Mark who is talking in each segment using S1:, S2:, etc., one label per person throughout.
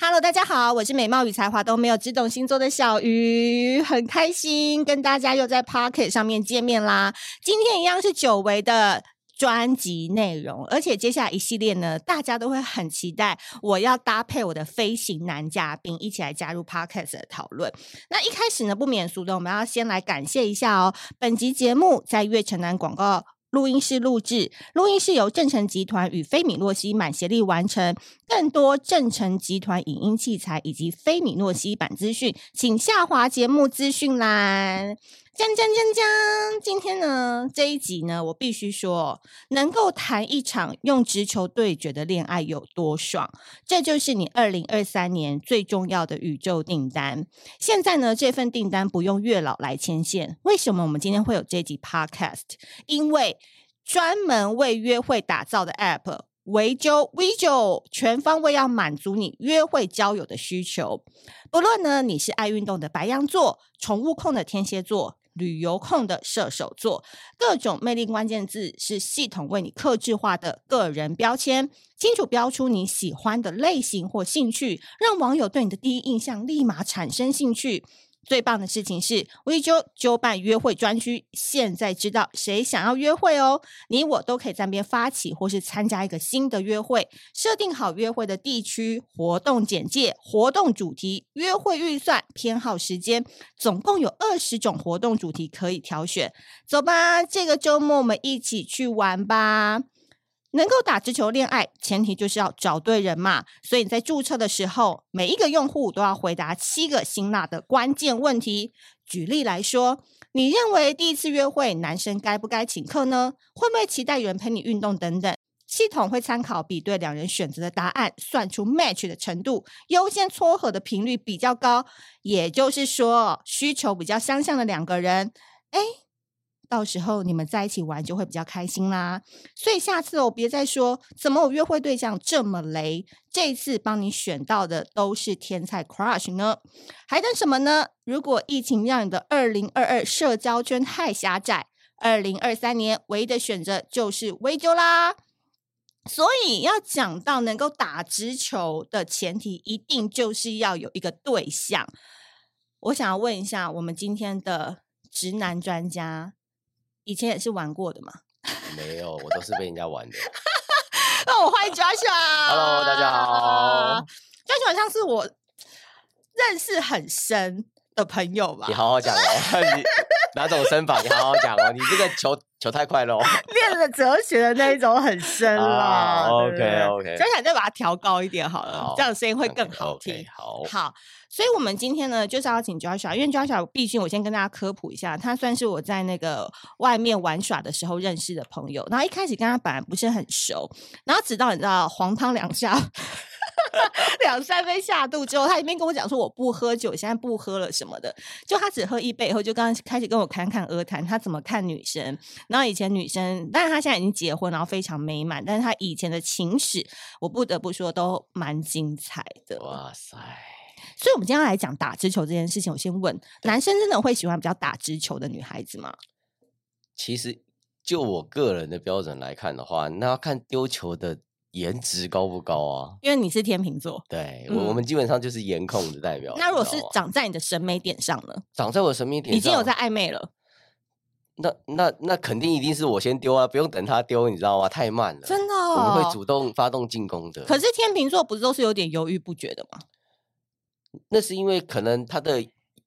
S1: Hello，大家好，我是美貌与才华都没有，只懂星座的小鱼，很开心跟大家又在 Pocket 上面见面啦。今天一样是久违的。专辑内容，而且接下来一系列呢，大家都会很期待。我要搭配我的飞行男嘉宾一起来加入 podcast 的讨论。那一开始呢，不免俗的，我们要先来感谢一下哦。本集节目在月城南广告录音室录制，录音室由正成集团与菲米诺西满协力完成。更多正成集团影音器材以及菲米诺西版资讯，请下滑节目资讯栏。锵锵锵锵！今天呢这一集呢，我必须说，能够谈一场用直球对决的恋爱有多爽，这就是你二零二三年最重要的宇宙订单。现在呢，这份订单不用月老来牵线。为什么我们今天会有这集 podcast？因为专门为约会打造的 app。维九 v 九全方位要满足你约会交友的需求，不论呢你是爱运动的白羊座、宠物控的天蝎座、旅游控的射手座，各种魅力关键字是系统为你克制化的个人标签，清楚标出你喜欢的类型或兴趣，让网友对你的第一印象立马产生兴趣。最棒的事情是 v 九九办约会专区，现在知道谁想要约会哦，你我都可以在那边发起或是参加一个新的约会，设定好约会的地区、活动简介、活动主题、约会预算、偏好时间，总共有二十种活动主题可以挑选。走吧，这个周末我们一起去玩吧。能够打直球恋爱，前提就是要找对人嘛。所以你在注册的时候，每一个用户都要回答七个辛辣的关键问题。举例来说，你认为第一次约会男生该不该请客呢？会不会期待有人陪你运动等等？系统会参考比对两人选择的答案，算出 match 的程度，优先撮合的频率比较高，也就是说，需求比较相像的两个人，哎，到时候你们在一起玩就会比较开心啦。所以下次哦，别再说怎么我约会对象这么雷，这一次帮你选到的都是天才 crush 呢，还等什么呢？如果疫情让你的二零二二社交圈太狭窄，二零二三年唯一的选择就是微究啦。所以要讲到能够打直球的前提，一定就是要有一个对象。我想要问一下，我们今天的直男专家，以前也是玩过的 嘛？
S2: 没有，我都是被人 家玩的。
S1: 哦那我欢迎 Joshua。
S2: Hello，大家好。
S1: Joshua 像是我认识很深的朋友吧
S2: 你，好好讲哦， 你哪种身法？你好好讲哦，你这个球球太快了哦。
S1: 练了哲学的那一种很深啦。
S2: 啊
S1: 对不对
S2: OK，OK
S1: Joshua 再把它调高一点好了，
S2: 好
S1: 这样声 音会更
S2: OK，
S1: 好
S2: OK，
S1: 听。
S2: 好，
S1: 好，所以我们今天呢，就是要请 Joshua，因为 Joshua 毕竟我先跟大家科普一下，他算是我在那个外面玩耍的时候认识的朋友。然后一开始跟他本来不是很熟，然后直到你知道黄汤两下。 两三杯下肚之后，他一边跟我讲说我不喝酒，现在不喝了什么的。就他只喝一杯以后，就刚开始跟我侃侃而谈，他怎么看女生。然后以前女生，但是他现在已经结婚，然后非常美满。但是他以前的情史，我不得不说都蛮精彩的。
S2: 哇塞，
S1: 所以，我们今天要来讲打直球这件事情。我先问，男生真的会喜欢比较打直球的女孩子吗？
S2: 其实就我个人的标准来看的话，那要看丢球的颜值高不高啊。
S1: 因为你是天秤座，
S2: 对，我、我
S1: 嗯
S2: 们基本上就是颜控的代表。
S1: 那如果
S2: 你知
S1: 是
S2: 道吗
S1: 长在你的审美点上呢？
S2: 长在我神秘点上，
S1: 已经有在暧昧了，
S2: 那那那肯定一定是我先丢啊，不用等他丢，你知道吗？太慢了，
S1: 真的、
S2: 我们
S1: 哦。
S2: 会主动发动进攻的。
S1: 可是天秤座不是都是有点犹豫不决的吗？
S2: 那是因为可能他的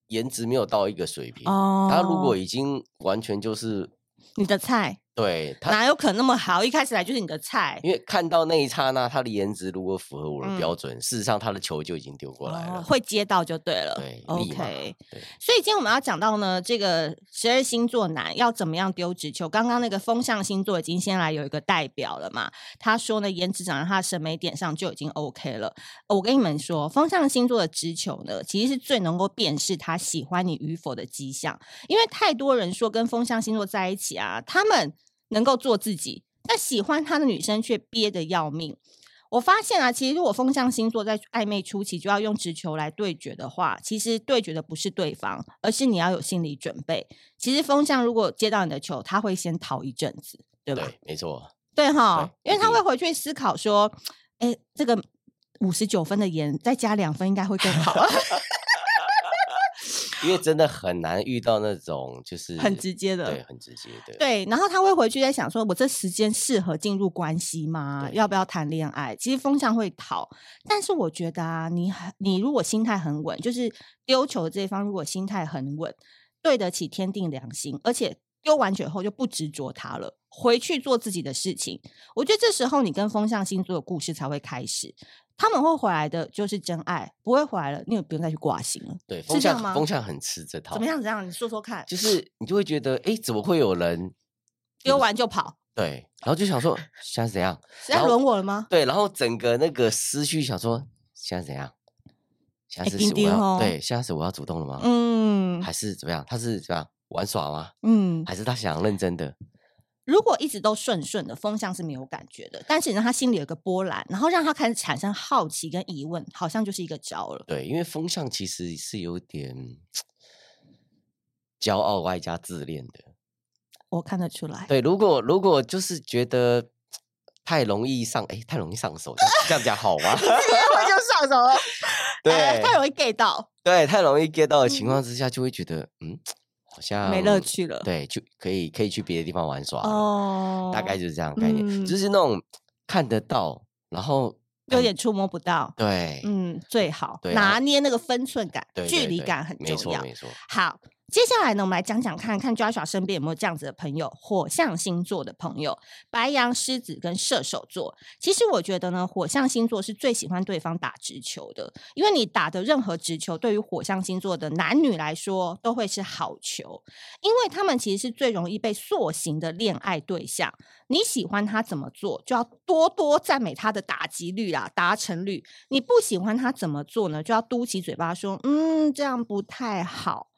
S2: 颜值没有到一个水平，
S1: 哦
S2: 他如果已经完全就是
S1: 你的菜
S2: 对他，
S1: 哪有可能那么好？一开始来就是你的菜。
S2: 因为看到那一刹那，他的颜值如果符合我
S1: 嗯
S2: 的标准，事实上他的球就已经丢过来了，
S1: 哦会接到就对了。
S2: 对，立马
S1: ，OK。
S2: 对，
S1: 所以今天我们要讲到呢，这个十二星座男要怎么样丢直球。刚刚那个风象星座已经先来有一个代表了嘛，他说呢，颜值长在他的审美点上就已经 OK 了。呃我跟你们说，风象星座的直球呢，其实是最能够辨识他喜欢你与否的迹象，因为太多人说跟风象星座在一起啊，他们能够做自己，但喜欢他的女生却憋得要命。我发现啊，其实如果风象星座在暧昧初期就要用直球来对决的话，其实对决的不是对方，而是你要有心理准备。其实风象如果接到你的球，他会先逃一阵子，对吧？
S2: 对，没错，
S1: 对哈，
S2: 对
S1: 因为
S2: 一
S1: 他会
S2: 定
S1: 回去思考说，哎，这个五十九分的颜，再加两分应该会更好，
S2: 因为真的很难遇到那种就是
S1: 很直接的
S2: 对，很直接的，
S1: 对，然后他会回去在想说，我这时间适合进入关系吗？
S2: 对
S1: 要不要谈恋爱？其实风向会逃，但是我觉得啊，你很你如果心态很稳，就是丢球这一方如果心态很稳，对得起天定良心，而且丢完球后就不执着它了。回去做自己的事情，我觉得这时候你跟风象星座的故事才会开始。他们会回来的，就是真爱；不会回来了，你也不用再去挂心了。
S2: 对，
S1: 是
S2: 风
S1: 这样吗
S2: 向风向很吃这套，
S1: 怎么样？怎么样？你说说看，
S2: 就是你就会觉得，哎，怎么会有人
S1: 丢完就跑，
S2: 对？然后就想说现在怎样？
S1: 现在
S2: 然后
S1: 轮我了吗？
S2: 对，然后整个那个思绪想说现在怎样？现在
S1: 诶
S2: 是
S1: 丁
S2: 是我
S1: 丁
S2: 要、
S1: 哦
S2: 对，现在是我要主动了吗？
S1: 嗯
S2: 还是怎么样？他是怎么样玩耍吗？
S1: 嗯，
S2: 还是他想认真的？
S1: 如果一直都顺顺的，风向是没有感觉的，但是你让他心里有个波澜，然后让他开始产生好奇跟疑问，好像就是一个招了。
S2: 对，因为风向其实是有点骄傲外加自恋的。
S1: 我看得出 来，
S2: 对，如果如果就是觉得太容易上，哎，太容易上手，这样这样讲好吗？
S1: 我就上手了，
S2: 对，
S1: 哎太哎容易 get 到，
S2: 对，太容易 get 到的情况之下，就会觉得嗯，好像
S1: 没乐。趣了。
S2: 对，就可以可以去别的地方玩耍了。
S1: 哦，
S2: 大概就是这样的概念，
S1: 嗯
S2: 就是那种看得到，然后
S1: 有
S2: 很
S1: 点触摸不到，
S2: 对，
S1: 嗯，最好
S2: 对然后
S1: 拿捏那个分寸感
S2: 对，
S1: 距
S2: 对
S1: 离
S2: 对
S1: 感很
S2: 没
S1: 重
S2: 错
S1: 要。
S2: 没错。
S1: 好，接下来呢，我们来讲讲看看 Joshua 身边有没有这样子的朋友，火象星座的朋友，白羊、狮子跟射手座。其实我觉得呢，火象星座是最喜欢对方打直球的，因为你打的任何直球，对于火象星座的男女来说都会是好球，因为他们其实是最容易被塑形的恋爱对象。你喜欢他怎么做，就要多多赞美他的打击率啊、达成率。你不喜欢他怎么做呢，就要嘟起嘴巴说：“嗯，这样不太好。”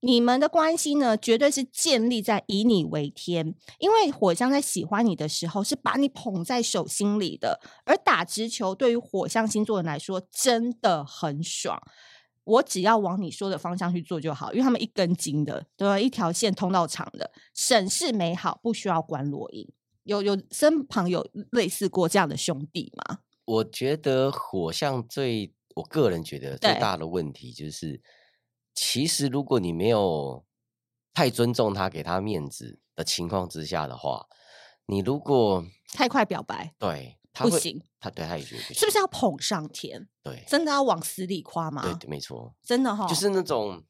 S1: 你们的关系呢，绝对是建立在以你为天，因为火象在喜欢你的时候是把你捧在手心里的，而打直球对于火象星座人来说真的很爽。我只要往你说的方向去做就好，因为他们一根筋的，对吧？一条线通到长的，审视美好，不需要观落音。有有身旁有类似过这样的兄弟吗？
S2: 我觉得火象最，我个人觉得最
S1: 对
S2: 大的问题就是，其实如果你没有太尊重他、给他面子的情况之下的话，你如果
S1: 太快表白
S2: 对他
S1: 不
S2: 会，
S1: 行，
S2: 他对他也觉得不行，
S1: 是不是要捧上天？
S2: 对
S1: 真的要往死里夸吗？
S2: 对对，没错，
S1: 真的哈、
S2: 就是那种。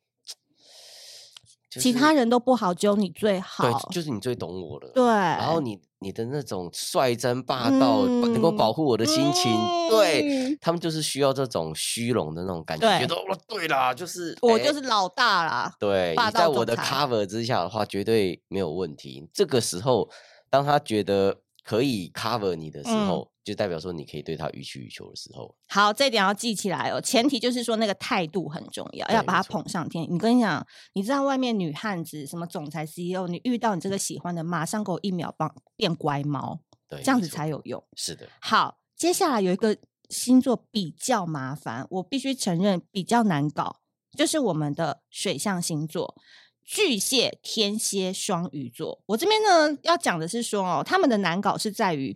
S2: 就
S1: 其
S2: 是
S1: 他人都不好，只有你最好。
S2: 对，就是你最懂我了。
S1: 对
S2: 然后你你的那种率真霸道，把能够
S1: 嗯
S2: 保护我的心情，对
S1: 嗯
S2: 他们就是需要这种虚荣的那种感觉，觉得哦，对啦，就是
S1: 我
S2: 哎
S1: 就是老大啦。
S2: 对
S1: 霸
S2: 你
S1: 道
S2: 在我
S1: 总
S2: 的
S1: 裁
S2: cover 之下的话，绝对没有问题。这个时候，当他觉得可以 cover 你的时
S1: 嗯
S2: 候，就代表说你可以对他予取予求的时候，
S1: 好，这一点要记起来哦。前提就是说那个态度很重要，
S2: 对
S1: 要把
S2: 没
S1: 它
S2: 错
S1: 捧上天。你跟你讲，你知道外面女汉子什么总裁 CEO，你遇到你这个喜欢的，马上给我一秒帮变乖猫，
S2: 对，
S1: 这样
S2: 没
S1: 子
S2: 错
S1: 才有用。
S2: 是的，
S1: 好，接下来有一个星座比较麻烦，我必须承认比较难搞，就是我们的水象星座。巨蟹、天蝎、双鱼座，我这边呢要讲的是说哦，他们的难搞是在于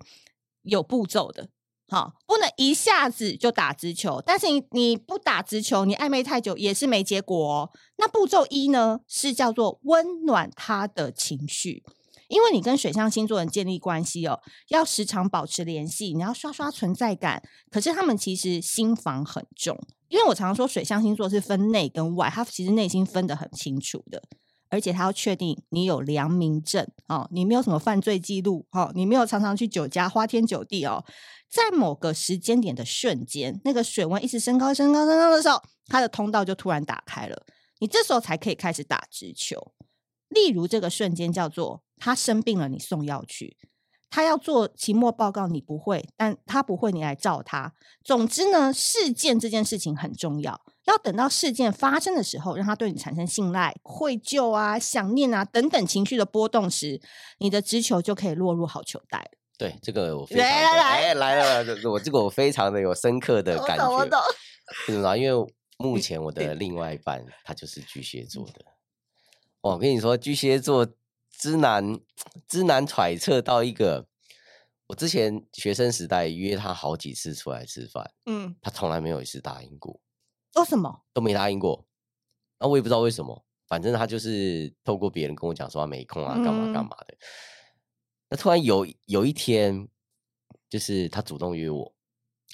S1: 有步骤的，好、不能一下子就打直球，但是你你不打直球，你暧昧太久也是没结果哦。那步骤一呢是叫做温暖他的情绪，因为你跟水象星座人建立关系哦，要时常保持联系，你要刷刷存在感。可是他们其实心防很重，因为我常说水象星座是分内跟外，他其实内心分得很清楚的。而且他要确定你有良民证哦，你没有什么犯罪记录哦，你没有常常去酒家花天酒地哦。在某个时间点的瞬间，那个水温一直升高、升高、升高的时候，它的通道就突然打开了，你这时候才可以开始打直球。例如这个瞬间叫做他生病了，你送药去；他要做期末报告，你不会，但他不会，你来照他。总之呢，事件这件事情很重要，要等到事件发生的时候，让他对你产生信赖、愧疚啊、想念啊等等情绪的波动时，你的直球就可以落入好球袋。
S2: 对这个我非常
S1: 来来
S2: 的
S1: 来
S2: 哎来了，来了我这个我非常的有深刻的感觉，为什么啊？因为目前我的另外一半他就是巨蟹座的。哇我跟你说，巨蟹座之难之难揣测到一个，我之前学生时代约他好几次出来吃饭，
S1: 嗯，
S2: 他从来没有一次答应过，
S1: 为什么？
S2: 都没答应过。那、我也不知道为什么，反正他就是透过别人跟我讲说他没空啊，干嘛干
S1: 嗯
S2: 嘛的。那突然有有一天，就是他主动约我，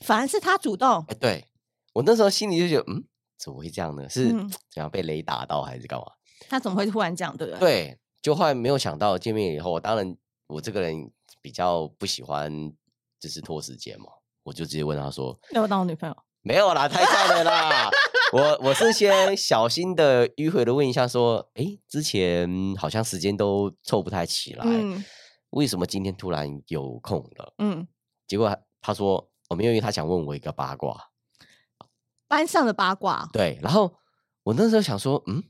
S1: 反而是他主动
S2: 哎，对我那时候心里就觉得，嗯，怎么会这样呢？是
S1: 嗯
S2: 怎样被雷打到还是干嘛？
S1: 他怎么会突然这样，对不对？
S2: 对，就后来没有想到见面以后，我当然我这个人比较不喜欢就是拖时间嘛，我就直接问他说
S1: 要不要当我女朋友？
S2: 没有啦，太快了啦。我我是先小心的迂回的问一下说，诶，之前好像时间都凑不太起来，
S1: 嗯
S2: 为什么今天突然有空了？
S1: 嗯，
S2: 结果他他说哦我没有，因为他想问我一个八卦。
S1: 班上的八卦，
S2: 对，然后我那时候想说，嗯，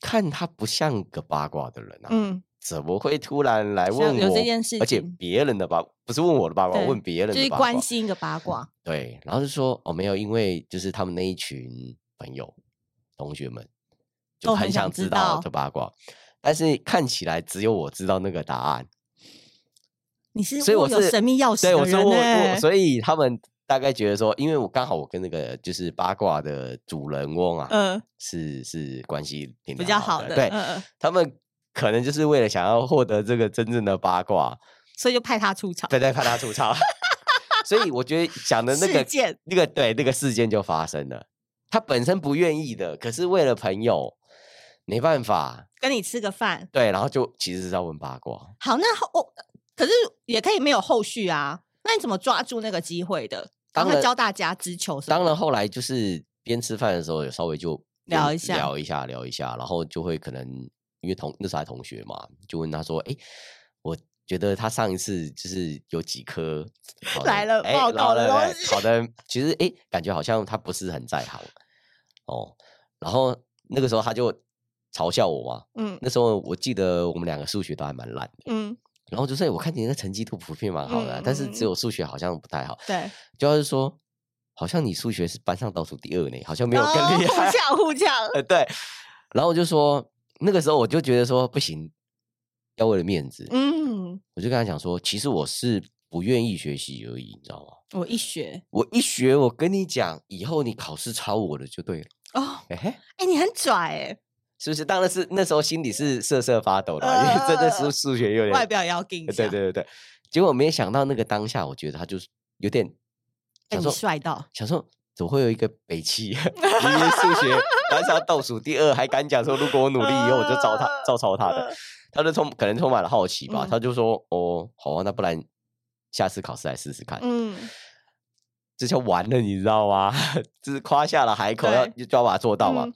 S2: 看他不像个八卦的人啊，
S1: 嗯，
S2: 怎么会突然来
S1: 是
S2: 问我？
S1: 有这件事
S2: 而且
S1: 情
S2: 别人的八不是问我的八卦，
S1: 对
S2: 问别人
S1: 就
S2: 的
S1: 是
S2: 八卦。
S1: 关心一个八卦，
S2: 对，然后就说哦，没有，因为就是他们那一群朋友同学们就
S1: 都很
S2: 很
S1: 想
S2: 想
S1: 知
S2: 知道
S1: 道
S2: 这八卦，但是看起来只有我知道那个答案，
S1: 你是
S2: 所以
S1: 握
S2: 我
S1: 有
S2: 是
S1: 神秘钥匙
S2: 对，
S1: 的
S2: 我
S1: 人
S2: 说我
S1: 欸
S2: 我，所以他们大概觉得说，因为我刚好我跟那个就是八卦的主人翁啊，
S1: 嗯，是
S2: 是是关系挺
S1: 比
S2: 良
S1: 较好的，
S2: 的，对、
S1: 嗯嗯
S2: 他们可能就是为了想要获得这个真正的八卦，
S1: 所以就派他出场。
S2: 再再派他吐槽。 所以我觉得讲的那
S1: 事
S2: 个
S1: 件
S2: 那个对那个事件就发生了，他本身不愿意的，可是为了朋友没办法，
S1: 跟你吃个饭，
S2: 对，然后就其实是要问八卦，
S1: 好，那后哦，可是也可以没有后续啊。那你怎么抓住那个机会的？
S2: 当
S1: 然后
S2: 然
S1: 教大家知球什么
S2: 当
S1: 的，
S2: 然后来就是边吃饭的时候有稍微就
S1: 聊
S2: 边
S1: 一下
S2: 聊一下聊一下，然后就会可能因为同那时候还同学嘛，就问他说，哎，我。觉得他上一次就是有几 颗好的
S1: 来了
S2: 哎
S1: 报告
S2: 老
S1: 的
S2: 了
S1: 东
S2: 来
S1: 西
S2: 好的，其实哎，感觉好像他不是很在行哦。然后那个时候他就嘲笑我嘛，
S1: 嗯
S2: 那时候我记得我们两个数学都还蛮烂的，
S1: 嗯，
S2: 然后就说哎我看你的成绩都普遍蛮好的啊、但是只有数学好像不太好。
S1: 对，
S2: 就他就说，好像你数学是班上倒数第二呢，好像没有更
S1: 哦
S2: 厉害。
S1: 互呛互呛，
S2: 呃，对。然后我就说，那个时候我就觉得说不行，要为了面子，
S1: 嗯，
S2: 我就跟他讲说，其实我是不愿意学习而已，你知道吗？
S1: 我一学
S2: 我一学，我跟你讲，以后你考试抄我的就对了。
S1: 哦，
S2: 哎嘿。
S1: 哎，你很拽哎，
S2: 是不是？当然是那时候心里是瑟瑟发抖的啊、因为真的
S1: 呃
S2: 是数学有点
S1: 外表也要盯一
S2: 对
S1: 下，
S2: 对对对，结果没想到那个当下，我觉得他就是有点
S1: 被
S2: 想
S1: 你
S2: 说，
S1: 帅到，
S2: 想说怎么会有一个北齐明 明数学班上倒数第二，还敢讲说如果我努力以后我就照他照抄他的，他就充可能充满了好奇吧，
S1: 嗯
S2: 他就说哦好啊，那不然下次考试来试试看，
S1: 嗯，
S2: 这就完了，你知道吗？ 就是夸下了海口，要就要把它做到嘛。
S1: 嗯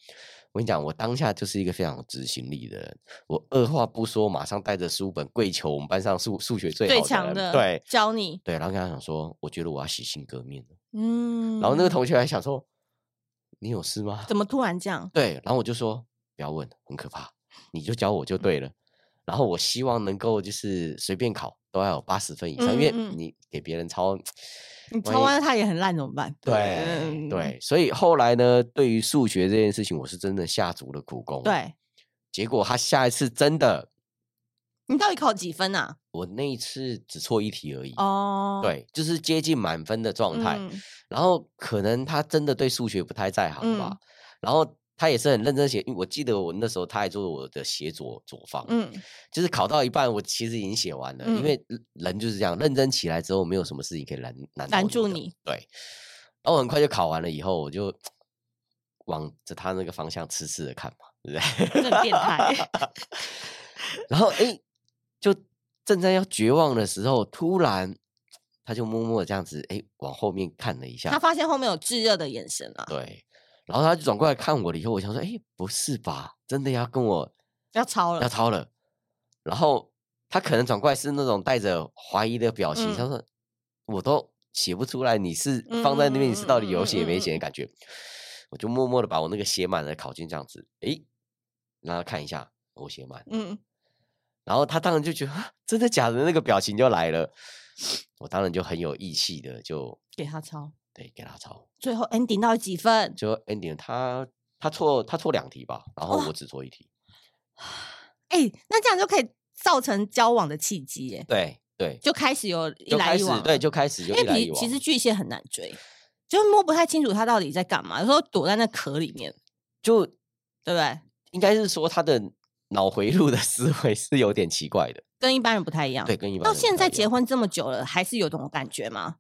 S2: 我跟你讲，我当下就是一个非常有执行力的人，我二话不说，马上带着书本跪求我们班上数数学最好
S1: 最
S2: 人
S1: 强的，
S2: 对
S1: 教你，
S2: 对，然后跟他讲说，我觉得我要洗心革面了。
S1: 嗯，
S2: 然后那个同学还想说，你有事吗？
S1: 怎么突然这样？
S2: 对，然后我就说不要问，很可怕，你就教我就对
S1: 嗯
S2: 了。然后我希望能够就是随便考都要有八十分以上，因为
S1: 嗯嗯嗯
S2: 你给别人抄，
S1: 你
S2: 万
S1: 抄
S2: 一
S1: 完他也很烂怎么办？
S2: 对
S1: 嗯
S2: 对，所以后来呢，对于数学这件事情，我是真的下足了苦功。，
S1: 对，
S2: 结果他下一次真的，
S1: 你到底考几分啊？
S2: 我那一次只错一题而已。
S1: 哦，
S2: 对，就是接近满分的状态。
S1: 嗯
S2: 然后可能他真的对数学不太在行吧，
S1: 嗯
S2: 然后他也是很认真写。因为我记得我那时候他还做我的写左左方，
S1: 嗯
S2: 就是考到一半，我其实已经写完了，
S1: 嗯
S2: 因为人就是这样，认真起来之后，没有什么事情可以拦难
S1: 拦
S2: 倒
S1: 住
S2: 的
S1: 你。
S2: 对，然后我很快就考完了，以后我就往着他那个方向痴痴的看嘛，对不对？
S1: 这嗯很变 态
S2: 然后诶，就正在要绝望的时候，突然他就默默的这样子诶，往后面看了一下，
S1: 他发现后面有炙热的眼神啊，
S2: 对，然后他就转过来看我了，以后我想说，哎，不是吧？真的要跟我
S1: 要抄
S2: 要
S1: 了，
S2: 抄了？然后他可能转过来是那种带着怀疑的表情，他
S1: 嗯
S2: 说我都写不出来，你是放在那边，你是到底有写
S1: 嗯
S2: 没写
S1: 嗯嗯嗯嗯
S2: 的感觉？我就默默的把我那个写满了考卷这样子，哎，让他看一下我写满，
S1: 嗯，
S2: 然后他当然就觉得啊真的假的那个表情就来了， 我当然就很有义气的就
S1: 给他抄。
S2: 对给他抄。
S1: 最后 ending 到底几分？
S2: 就 ending 了他他错他错两题吧，然后
S1: 哇
S2: 我只错一题。
S1: 哎、那这样就可以造成交往的契机耶。
S2: 对，对，
S1: 就开始有一
S2: 就
S1: 来
S2: 开
S1: 一
S2: 始
S1: 往，
S2: 对，就开始就
S1: 因
S2: 一
S1: 为
S2: 来一
S1: 其
S2: 往。
S1: 其实巨蟹很难追，就摸不太清楚它到底在干嘛，有时候躲在那壳里面，
S2: 就
S1: 对不对？
S2: 应该是说他的脑回路的思维是有点奇怪的，
S1: 跟一般人不太一样。
S2: 对，，跟一般
S1: 到
S2: 人不
S1: 现
S2: 太
S1: 在
S2: 一
S1: 结
S2: 样，
S1: 婚这么久了，还是有这种感觉吗？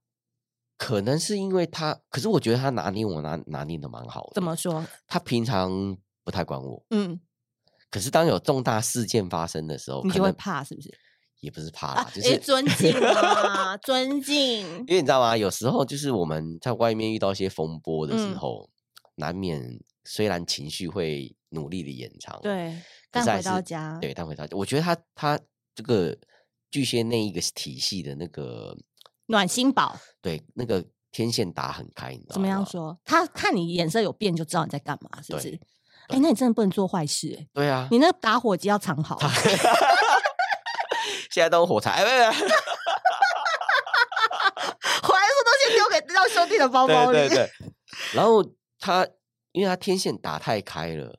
S2: 可能是因为他，可是我觉得他拿捏我拿拿捏的蛮好的。
S1: 怎么？说？
S2: 他平常不太管我，
S1: 嗯，
S2: 可是当有重大事件发生的时候，
S1: 你
S2: 可
S1: 就会
S2: 能
S1: 怕是不是？
S2: 也不是怕啦，
S1: 啊，
S2: 就
S1: 也
S2: 是
S1: 尊敬 啊，尊敬。
S2: 因为你知道吗？有时候就是我们在外面遇到一些风波的时
S1: 嗯
S2: 候，难免虽然情绪会努力的掩藏，，
S1: 对，
S2: 可
S1: 但
S2: 是还
S1: 回到
S2: 是
S1: 家，
S2: 对，但回到我觉得他他这个巨蟹那一个体系的那个
S1: 暖心宝
S2: 对那个天线打很开，你知道吗？
S1: 怎么样？说？他看你眼色有变，就知道你在干嘛，是不
S2: 对
S1: 是？哎，那你真的不能做坏事、欸，
S2: 对啊，
S1: 你那打火机要藏 好。啊
S2: 现在都火柴，哎， 不不
S1: 回来我都先丢给到兄弟的包
S2: 不对
S1: 包里。
S2: 对对。然后他因为他天线打太开了，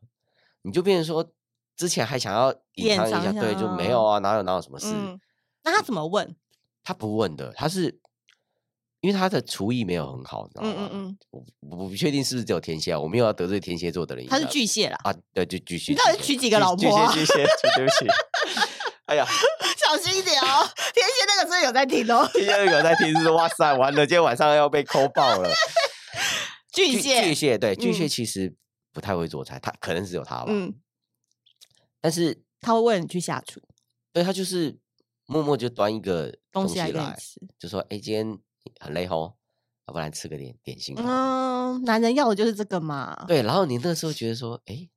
S2: 你就变成说之前还想要隐
S1: 掩
S2: 藏一
S1: 藏一
S2: 下，
S1: 下
S2: 对，就没
S1: 啊
S2: 有啊，哪有哪有什么事？
S1: 嗯，那他怎么问？
S2: 他不问的，他是因为他的厨艺没有很好，你知道
S1: 嗯
S2: 吗
S1: 嗯？嗯，
S2: 我我不确定是不是只有天蝎啊，我没有要得罪天蝎座的人意思
S1: 他
S2: 啊。
S1: 是巨蟹啦，
S2: 啊，对，就巨蟹。
S1: 你到底
S2: 巨蟹
S1: 娶几个老
S2: 巨
S1: 婆啊
S2: 巨蟹，巨蟹，对不起。 哎呀，
S1: 小心一点哦。天蝎那个真的有在听哦，
S2: 第二个在听是哇塞，完了，今天晚上要被抠爆了。
S1: 巨
S2: 巨
S1: 蟹，
S2: 蟹，对，巨蟹
S1: 嗯
S2: 其实不太会做菜，他可能只有他吧。
S1: 嗯，
S2: 但是
S1: 他会问你去下厨，
S2: 对他就是默默就端一个
S1: 东
S2: 东
S1: 西
S2: 西
S1: 来给你
S2: 来，
S1: 吃。
S2: 就说：“哎，今天很累哦吼，要不然吃个点点心。”
S1: 嗯，男人要的就是这个嘛。
S2: 对，然后你那时候觉得说，哎，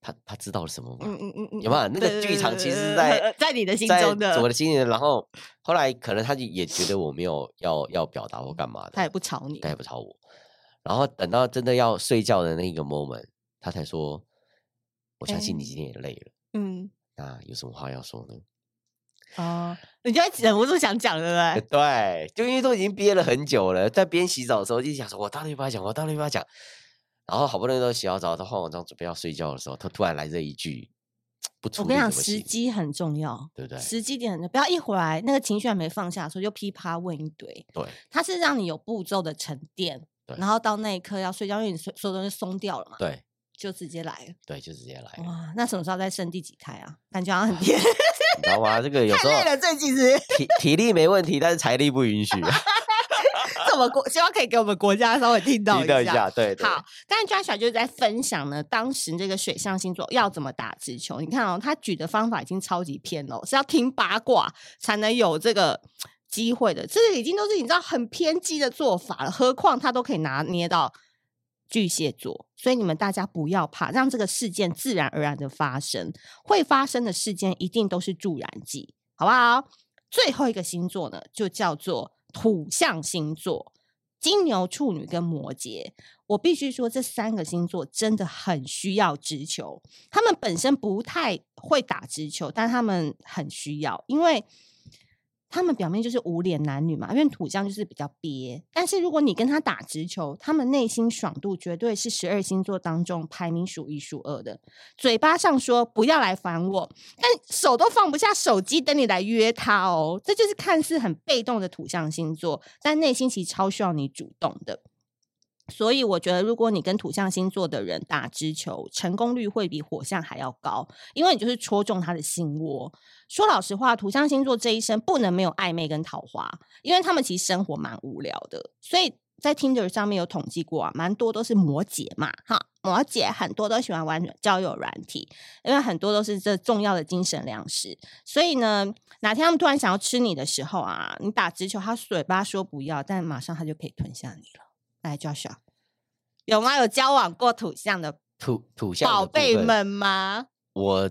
S2: 他他知道了什么
S1: 嗯
S2: 吗？
S1: 嗯嗯嗯，
S2: 有没有那个
S1: 对
S2: 剧场其实是
S1: 对
S2: 在
S1: 对对在你的心
S2: 在
S1: 中
S2: 我
S1: 的，
S2: 的心里的。然后后来可能他就也觉得我没有要要表达或干嘛的，
S1: 他也不吵你
S2: 他。也不吵我。然后等到真的要睡觉的那个 moment，他才说：“我相信
S1: 哎
S2: 你今天也累了，
S1: 嗯，
S2: 那有什么话要说呢
S1: 哦，你就会忍不住想讲，对不？”
S2: 哎
S1: 对？
S2: 对，就因为都已经憋了很久了，在边洗澡的时候就想说：“我到底要不要讲？我到底要不要讲？”然后好不容易都洗好澡，都换完妆准备要睡觉的时候，他突然来这一句，不处
S1: 我
S2: 理
S1: 跟你讲，
S2: 怎么
S1: 时
S2: 行
S1: 机很重要，
S2: 对不对？
S1: 时机点很重要，不要一回来那个情绪还没放下的时候就噼啪问一堆。
S2: 对
S1: 它是让你有步骤的沉淀，
S2: 对
S1: 然后到那一刻要睡觉，因为你所所有东西松掉了嘛，
S2: 对
S1: 就直接来了。
S2: 对，就直接来了，
S1: 哇，那什么时候再生第几胎啊？感觉好 像很 甜，
S2: 你知道吗？这个有时
S1: 太
S2: 候
S1: 累了，最近是
S2: 体体力没问题，但是财力不允许，啊
S1: 怎么国？希望可以给我们国家稍微听到
S2: 听到
S1: 一
S2: 一下，对对，
S1: 好，刚才 Joshua 就是在分享呢，当时这个水象星座要怎么打直球。你看哦，他举的方法已经超级偏了，是要听八卦才能有这个机会的。这已经都是你知道很偏激的做法了，何况他都可以拿捏到巨蟹座。所以你们大家不要怕，让这个事件自然而然的发生。会发生的事件一定都是助燃剂，好不好？最后一个星座呢，就叫做土象星座。金牛、处女跟摩羯，我必须说，这三个星座真的很需要直球。他们本身不太会打直球，但他们很需要，因为他们表面就是无脸男女嘛，因为土象就是比较憋。但是如果你跟他打直球，他们内心爽度绝对是十二星座当中排名数一数二的。嘴巴上说不要来烦我，但手都放不下手机等你来约他哦。这就是看似很被动的土象星座，但内心其实超需要你主动的。所以我觉得，如果你跟土象星座的人打直球，成功率会比火象还要高，因为你就是戳中他的心窝。说老实话，土象星座这一生不能没有暧昧跟桃花，因为他们其实生活蛮无聊的，所以在 Tinder 上面有统计过啊，蛮多都是摩羯嘛，哈，摩羯很多都喜欢玩交友软体，因为很多都是这重要的精神粮食。所以呢，哪天他们突然想要吃你的时候啊，你打直球，他嘴巴说不要，但马上他就可以吞下你了。来，Joshua，有吗？有交往过土象的
S2: 土土象的
S1: 宝
S2: 部
S1: 贝
S2: 分
S1: 们吗？
S2: 我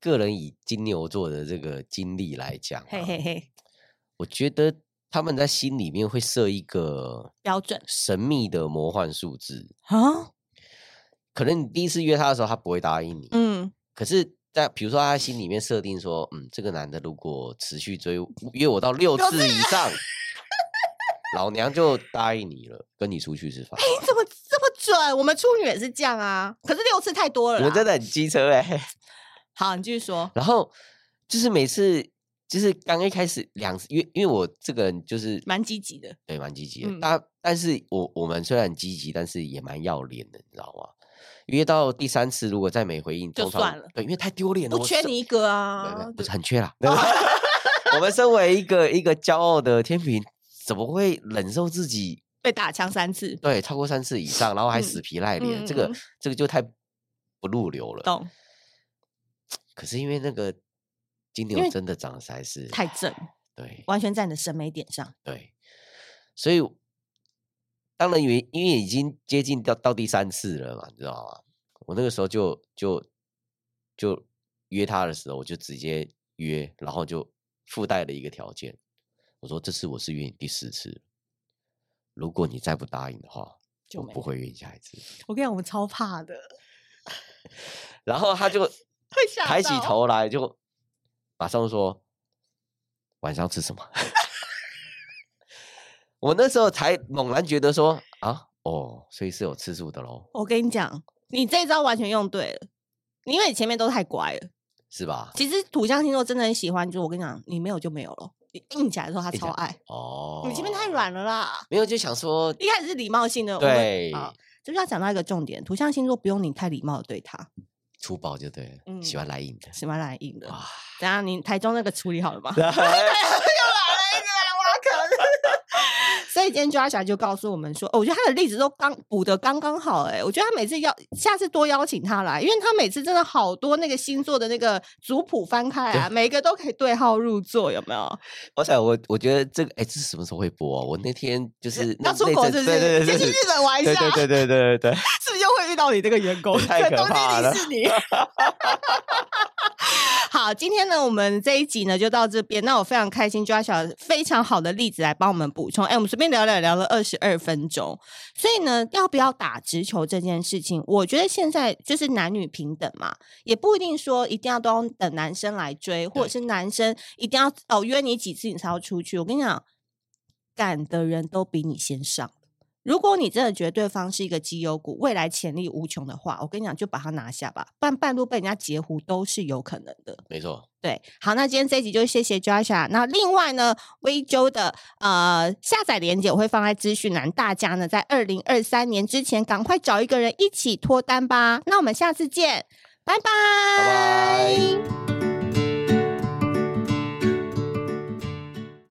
S2: 个人以金牛座的这个经历来讲、啊，
S1: 嘿嘿嘿，
S2: 我觉得他们在心里面会设一个
S1: 标准
S2: 神秘的魔幻数字。
S1: 啊，
S2: 可能你第一次约他的时候，他不会答应你，
S1: 嗯，
S2: 可是。在比如说，他心里面设定说，嗯，这个男的如果持续追我约我到六次以 上，老娘就答应你了，跟你出去吃饭。
S1: 你怎么这么准？我们处女也是这样啊，可是六次太多了啦。
S2: 我欸们真的很机车哎、
S1: 好，你继续说。
S2: 然后就是每次就是刚一开始两次，因为因为我这个人就是
S1: 蛮积极的，
S2: 对，蛮积极的。
S1: 嗯
S2: 但但是我我们虽然很积极，但是也蛮要脸的，你知道吗？因为到第三次，如果再没回应，
S1: 就
S2: 通常
S1: 算了
S2: 对，因为太丢脸了。
S1: 不
S2: 我
S1: 缺
S2: 是
S1: 你一个
S2: 对
S1: 啊
S2: 对，不是很缺啦。 我们身为一个一个骄傲的天平，怎么会忍受自己
S1: 被打枪三次，
S2: 对超过三次以上，然后还
S1: 嗯
S2: 死皮赖脸？这
S1: 嗯
S2: 个
S1: 嗯
S2: 这个就太不入流了。
S1: 懂？
S2: 可是因为那个
S1: 因
S2: 金牛
S1: 为
S2: 真的长得实在是
S1: 太正，
S2: 对
S1: 完全在你的审美点上，
S2: 对，所以当然因为因为已经接近到到第三次了嘛，你知道吗？我那个时候就就就约他的时候，我就直接约，然后就附带了一个条件，我说这次我是约你第四次了，如果你再不答应的话，
S1: 就
S2: 我
S1: 没
S2: 不会约你下一次。
S1: 我跟你讲，我们超怕的，
S2: 然后他就
S1: 会吓
S2: 抬起
S1: 到
S2: 头来，就马上说晚上吃什么。我那时候才猛然觉得说啊，哦，所以是有吃素的喽，
S1: 我跟你讲，你这一招完全用对了，因为你前面都太乖了。
S2: 是吧？
S1: 其实土象星座真的很喜欢，就是我跟你讲，你没有就没有了。你硬起来的时候，他
S2: 硬起
S1: 超
S2: 来
S1: 爱。
S2: 哦，
S1: 你前面太，软了啦，
S2: 没有就想说，
S1: 一开始是礼貌性的。我们
S2: 对，
S1: 好，这就要讲到一个重点，土象星座不用你太礼貌的对他，
S2: 粗暴就对了，喜
S1: 嗯
S2: 欢来硬的，
S1: 喜欢来硬的。
S2: 哇，
S1: 等下你台中那个处理好了 吗？所以今天 Joshua 就告诉我们说，哦，我觉得他的例子都刚补的刚刚好、欸，哎，我觉得他每次要下次多邀请他来，因为他每次真的好多那个星座的那个族谱翻开啊，每一个都可以对号入座，有没有？
S2: 我想我我觉得这个哎，这是什么时候会播啊？我那天就是那
S1: 要出
S2: 那
S1: 国是
S2: 阵
S1: 不是？
S2: 对对对
S1: 先去
S2: 对
S1: 日本玩一
S2: 对
S1: 下，
S2: 对对对对对，
S1: 是不是就会遇到你这个员工？
S2: 太可怕了
S1: 东京迪士尼。 好，今天呢，我们这一集呢就到这边。那我非常开心，Joshua 非常好的例子来帮我们补充。哎，我们随便聊聊聊了二十二分钟，所以呢，要不要打直球这件事情，我觉得现在就是男女平等嘛，也不一定说一定要都等男生来追，或者
S2: 对
S1: 是男生一定要哦约你几次你才要出去。我跟你讲，敢的人都比你先上。如果你真的觉得对方是一个绩优股，未来潜力无穷的话，我跟你讲，就把它拿下吧，不然半路被人家截胡都是有可能的。
S2: 没错，
S1: 对，好，那今天这一集就谢谢 Joshua。那另外呢，微周的呃下载链接我会放在资讯栏，大家呢在二零二三年之前赶快找一个人一起脱单吧。那我们下次见，拜拜
S2: 拜拜。